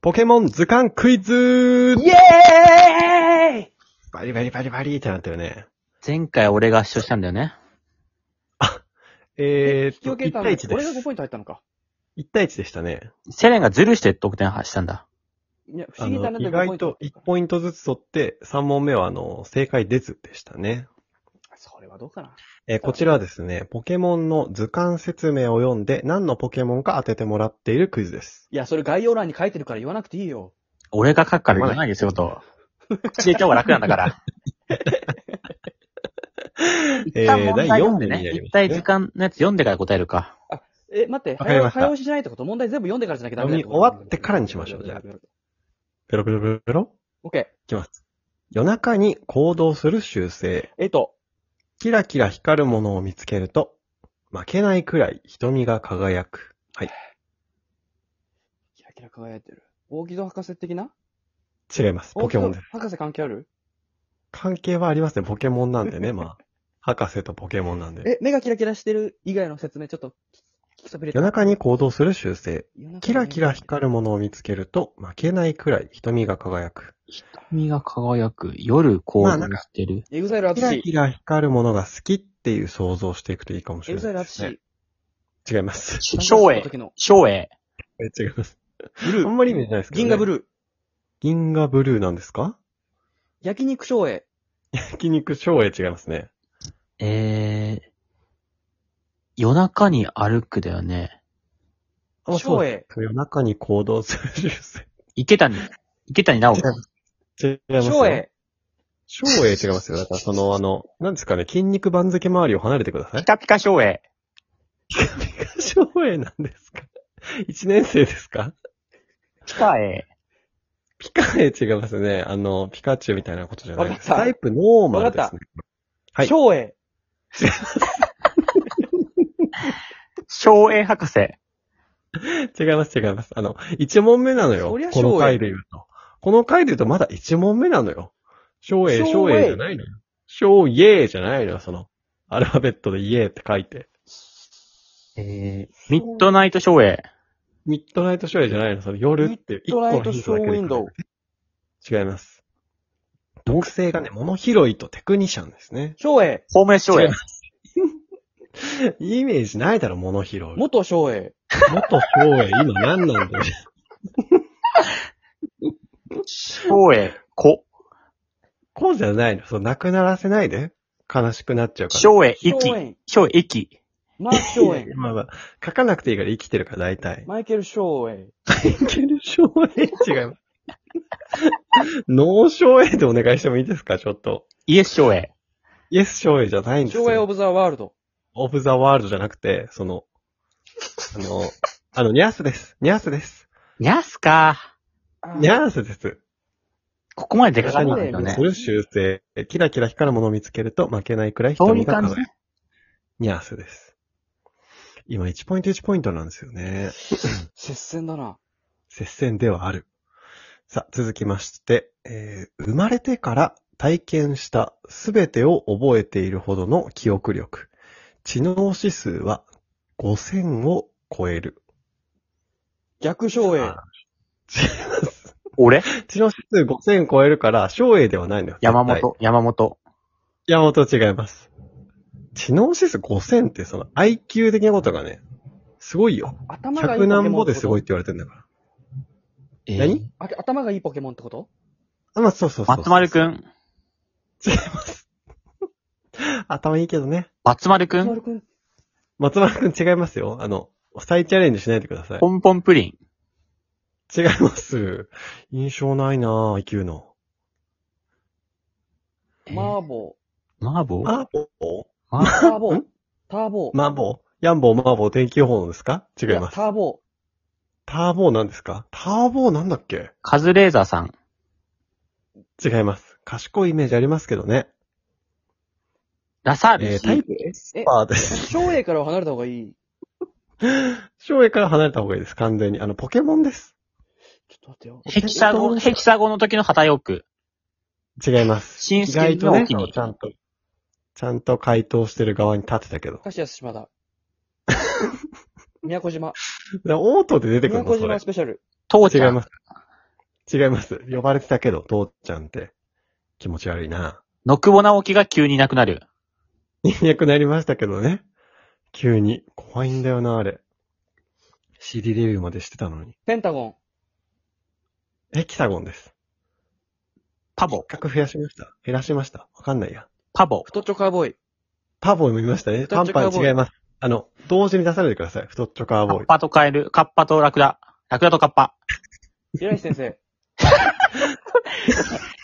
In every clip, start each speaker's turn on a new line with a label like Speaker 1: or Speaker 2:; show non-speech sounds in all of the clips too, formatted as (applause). Speaker 1: ポケモン図鑑クイズ
Speaker 2: イエーイ
Speaker 1: バリバリバリバリってなってるね。
Speaker 3: 前回俺が主張したんだよね。
Speaker 1: えーっ
Speaker 2: 引き
Speaker 1: と、
Speaker 2: 分け
Speaker 1: 1
Speaker 2: たの
Speaker 1: 対1で
Speaker 2: 俺が5
Speaker 1: す。
Speaker 2: ポイント入ったのか。
Speaker 1: 1対1でしたね。
Speaker 3: セレンがズルして得点したんだ。
Speaker 2: いや、不
Speaker 1: あ
Speaker 2: 思議だ
Speaker 1: の、
Speaker 2: な、で
Speaker 1: 意
Speaker 2: も5ポイ
Speaker 1: 外
Speaker 2: ント
Speaker 1: と
Speaker 2: 入
Speaker 1: 1
Speaker 2: ったから。
Speaker 1: ポイントずつ取って、3問目はあの、正解出ずでしたね。
Speaker 2: それはどうかな。
Speaker 1: えーこちらはですね、ポケモンの図鑑説明を読んで、何のポケモンか当ててもらっているクイズです。
Speaker 2: いや、それ概要欄に書いてるから言わなくていいよ。
Speaker 3: 俺が書くから言わないで仕事。口で言った方が楽なんだから。
Speaker 1: (laughs) え
Speaker 3: 一旦問
Speaker 1: 第
Speaker 3: 題読
Speaker 1: 四
Speaker 3: んで
Speaker 1: 問になります
Speaker 3: ね。
Speaker 1: ね
Speaker 3: 一体時間のやつ読んでから答えるか。
Speaker 2: え、待って、
Speaker 1: わかりました
Speaker 2: 早押ししないってこと問題全部読んでからじゃなきゃダメだよ
Speaker 1: 読み終わってからにしましょうじゃあ。ペロペロペロペロ
Speaker 2: オッケ
Speaker 1: いきます。夜中に行動する習性。
Speaker 2: ー。えっと、
Speaker 1: キラキラ光るものを見つけると、負けないくらい瞳が輝く。はい。
Speaker 2: キラキラ輝いてる。大木戸博士的な
Speaker 1: 違います。ポケモンです。
Speaker 2: 大木戸博士関係ある
Speaker 1: 関係はありますね。ポケモンなんで
Speaker 2: (laughs)
Speaker 1: ね、まあ。博士とポケモンなんで。
Speaker 2: え、目がキラキラしてる以外の説明ちょっと聞きそびれた
Speaker 1: 夜中に行動する習性。
Speaker 2: 夜中に
Speaker 1: キラキラ光るものを見つけると、負けないくらい瞳が輝く。
Speaker 3: 瞳が輝く。夜行動してる。
Speaker 2: エグザイル
Speaker 1: キラ
Speaker 2: 淳。
Speaker 1: キラ光るものが好きっていう想像していくといいかもし
Speaker 2: エ
Speaker 1: れ
Speaker 2: グザ
Speaker 1: な
Speaker 2: イ
Speaker 1: い
Speaker 2: ル
Speaker 1: です、ね
Speaker 2: 淳。。
Speaker 1: 違います。 (laughs)
Speaker 3: し昭栄
Speaker 2: の。時の
Speaker 3: 昭栄。
Speaker 1: え違います。
Speaker 2: ブル
Speaker 1: あ
Speaker 2: ー。
Speaker 1: んまり意味ないですけど、ね。
Speaker 2: 銀河ブ
Speaker 1: ルー。
Speaker 2: ルー。
Speaker 1: 銀河ブルーなんですか
Speaker 2: 焼肉昭栄。
Speaker 1: 焼肉昭栄違いますね。
Speaker 3: えー、夜中に歩くだよね。
Speaker 1: あ
Speaker 2: 昭栄。
Speaker 1: そう夜中に行動する習性。
Speaker 3: 池谷、池谷直樹。
Speaker 1: 違いますよ。
Speaker 2: 昭栄。
Speaker 1: 昭栄違いますよ。だからその、あの、なんですかね、筋肉番付周りを離れてください。
Speaker 3: カピカ昭栄。
Speaker 1: (laughs) 昭栄なんですか一年生ですか
Speaker 3: ピカ栄。
Speaker 1: ピカ栄違いますね。あの、ピカチュウみたいなことじゃないです。
Speaker 2: わかった
Speaker 1: タイプノーマルですね。はい
Speaker 2: 昭栄。
Speaker 3: 昭栄博士。
Speaker 1: 違います、違います。あの、一問目なのよ。
Speaker 2: そりゃ
Speaker 1: この回で言うと。この回で言うとまだ一問目なのよ。昭栄、
Speaker 2: 昭
Speaker 1: 昭
Speaker 2: 栄
Speaker 1: 栄じゃないのよ。昭栄じゃないのよ、その。アルファベットでイエーって書いて。
Speaker 3: えー、ミッドナイト昭栄。
Speaker 1: ミッドナイト昭栄じゃないの、その夜っていう。
Speaker 2: ミッドナイト
Speaker 1: 一個のヒントだけで
Speaker 2: ショーウィンドウ
Speaker 1: 違います。毒性がね、物拾いとテクニシャンですね。
Speaker 2: 昭栄。
Speaker 3: ホームレス昭
Speaker 1: 違い
Speaker 3: 栄
Speaker 1: ま。イメージないだろ、物拾い。も
Speaker 2: 元昭栄。
Speaker 1: 元昭栄、今何なんだよ。
Speaker 3: 昭栄、子。
Speaker 1: こうじゃないの。そう、なくならせないで。悲しくなっちゃうから。
Speaker 3: 昭栄、
Speaker 2: 昭
Speaker 3: 息。
Speaker 2: 栄。
Speaker 3: 昭栄、息。
Speaker 2: マーク昭栄。
Speaker 1: まあまあ、書かなくていいから生きてるから、大体。
Speaker 2: マイケル昭栄。
Speaker 1: いける昭栄違 (laughs) います。脳昭栄でお願いしてもいいですか、ちょっと。
Speaker 3: イエス昭栄。
Speaker 1: イエス昭栄じゃないんですよ。
Speaker 2: 昭栄オブザワールド。
Speaker 1: オブザワールドじゃなくて、その、あの、あの、ニャースです。ニャースです。
Speaker 3: ニャスか。
Speaker 1: ニャースです。
Speaker 3: ここまででかかったんだ
Speaker 2: そう
Speaker 3: けど
Speaker 2: だ
Speaker 3: ね
Speaker 1: す。る習性。キラキラ光るものを見つけると負けないくらい瞳が輝
Speaker 3: そういう感
Speaker 1: く。ニャースです。今1ポイント1ポイントなんですよね。
Speaker 2: 接戦だな。
Speaker 1: 接戦ではある。さあ、続きまして、えー生まれてから体験したすべてを覚えているほどの記憶力。知能指数は5000を超える。
Speaker 2: 逆昭栄。
Speaker 3: 俺
Speaker 1: 知能指数5000超えるから、昭栄ではないんだよ。
Speaker 3: 山
Speaker 1: 絶対
Speaker 3: 本、山本。
Speaker 1: 山本違います。知能指数5000ってその IQ 的なことがね、すごいよ。
Speaker 2: 頭がいい
Speaker 1: 100
Speaker 2: ポケモンって
Speaker 1: 何
Speaker 2: こ
Speaker 1: ぼ
Speaker 2: と。
Speaker 1: ですごいって言われてんだから。
Speaker 3: えー
Speaker 1: 何
Speaker 2: あ頭がいいポケモンってこと
Speaker 1: あ、まあ、そうそうそう。
Speaker 3: 松丸くん。
Speaker 1: 違います。頭いいけどね。
Speaker 3: 松丸く
Speaker 2: 松
Speaker 3: ん。
Speaker 2: 丸くん。
Speaker 1: 松丸くん違いますよ。あの、再チャレンジしないでください。
Speaker 3: ポンポンプリン。
Speaker 1: 違います。印象ないなぁ、IQ の。
Speaker 3: えー
Speaker 2: マーボ
Speaker 3: マーボー
Speaker 1: マーボ
Speaker 2: ー。タ
Speaker 1: (laughs)
Speaker 2: ーボー
Speaker 1: ん。
Speaker 2: ターボー。
Speaker 1: ーマーボーヤンボーマーボー天気予報のですか違い
Speaker 2: や
Speaker 1: ます。
Speaker 2: ターボ
Speaker 1: ターボーなんですかターボーなんだっけ
Speaker 3: カズレーザーさん。
Speaker 1: 違います。賢いイメージありますけどね。
Speaker 3: ラサール
Speaker 1: えー、タイ
Speaker 3: 氏。
Speaker 1: プエスパーです。
Speaker 2: ー。昭栄からは離れた方がいい。
Speaker 1: 照英から離れた方がいいです、完全に。あの、ポケモンです。
Speaker 2: ちょっと待ってよ。
Speaker 3: ヘキサゴン、ヘキサゴンの時の旗ヨーク。
Speaker 1: 違います。
Speaker 3: 新
Speaker 1: 意
Speaker 3: 助
Speaker 1: 外
Speaker 3: の
Speaker 1: とね、
Speaker 3: 沖に。
Speaker 1: ちゃんと、ちゃんと回答してる側に立ってたけど。
Speaker 2: 明石安島 (laughs) だ。宮古島。
Speaker 1: でオートで出てく
Speaker 2: 宮
Speaker 1: るの
Speaker 2: 古
Speaker 1: そ
Speaker 2: 島
Speaker 1: れ
Speaker 2: ス。ペシャル。
Speaker 3: 父ち
Speaker 1: 違
Speaker 3: ゃ
Speaker 1: い
Speaker 3: ん
Speaker 1: ま。す。違います。呼ばれてたけど、父ちゃんって。気持ち悪いな。
Speaker 3: のくぼなおきが急になくなる。
Speaker 1: いなくなりましたけどね。急に。怖いんだよな、あれ。CD デビューまでしてたのに。
Speaker 2: ペンタゴン。
Speaker 1: ヘキサゴンです。
Speaker 3: パボ、
Speaker 1: 格増やしました。減らしました。わかんないや。
Speaker 3: パボ。
Speaker 2: 太っちょカーボーイ。
Speaker 1: パーボーイもいましたね。
Speaker 2: 太
Speaker 1: パ
Speaker 2: っ
Speaker 1: ン
Speaker 2: ちょカ
Speaker 1: パ
Speaker 2: ーボーイ
Speaker 1: ン違います。あの、同時に出さないでください。太っちょカー
Speaker 3: カ
Speaker 1: ボー
Speaker 3: ッ
Speaker 1: イ。
Speaker 3: パとカエル、カッパとラクダ、ラクダとカッパ。
Speaker 2: 平石先生。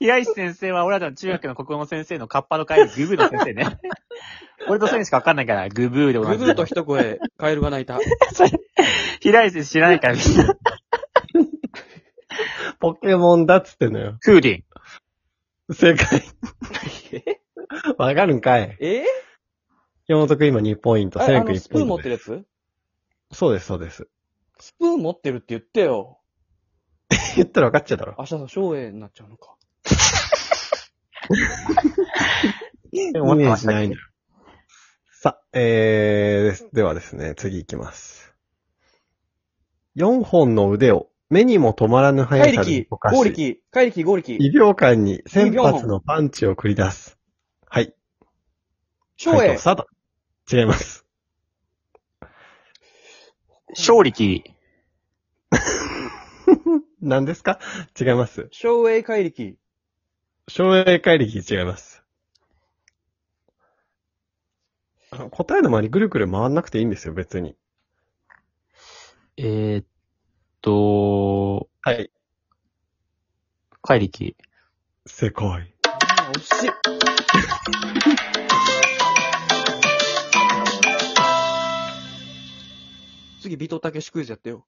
Speaker 3: 平石先生は俺らの中学の国語の先生のカッパとカエル、グブーの先生ね。 (laughs) 俺とそれしかわかんないから、グブーで
Speaker 2: (laughs) グ
Speaker 3: 同じ
Speaker 2: グーと一声、カエルが鳴いた。
Speaker 3: 平石先生知らないからみんな。
Speaker 1: ポケモンだっつってんのよ。
Speaker 3: フーリン。
Speaker 1: 正解。わかるんかい。
Speaker 2: え
Speaker 1: 山本くん今2ポイント、
Speaker 2: あ
Speaker 1: セレ
Speaker 2: あ
Speaker 1: ンくん
Speaker 2: の、
Speaker 1: 1
Speaker 2: スプ
Speaker 1: ポイ
Speaker 2: ー
Speaker 1: ン
Speaker 2: ン
Speaker 1: ト
Speaker 2: 持
Speaker 1: で
Speaker 2: ってるやつ
Speaker 1: そうです、そうです。
Speaker 2: スプーン持ってるって言ってよ。
Speaker 1: 言ったら分かっちゃうだろ。
Speaker 2: 明日の省エになっちゃうのか。
Speaker 3: 思ってましたっけ
Speaker 1: イメージないんだよさ、えーです、ではですね、次行きます。4本の腕を目にも止まらぬ速
Speaker 2: 怪
Speaker 1: さで
Speaker 2: 力、
Speaker 1: 動かし、
Speaker 2: 合力、怪力、合力。
Speaker 1: 2秒間に1000発のパンチを繰り出す。はい。
Speaker 2: 省
Speaker 1: 回
Speaker 2: エ
Speaker 1: 答ス。タート。違います。
Speaker 3: 勝力。
Speaker 1: 何ですか違います。
Speaker 2: 省エ怪力。
Speaker 1: 省エ怪力違います。あの答えの周りぐるぐる回んなくていいんですよ、別に。
Speaker 3: えーっと、
Speaker 1: はい。
Speaker 3: 怪力。
Speaker 1: 正解。
Speaker 2: あー (laughs) 惜しい。次、ビートたけしクイズやってよ。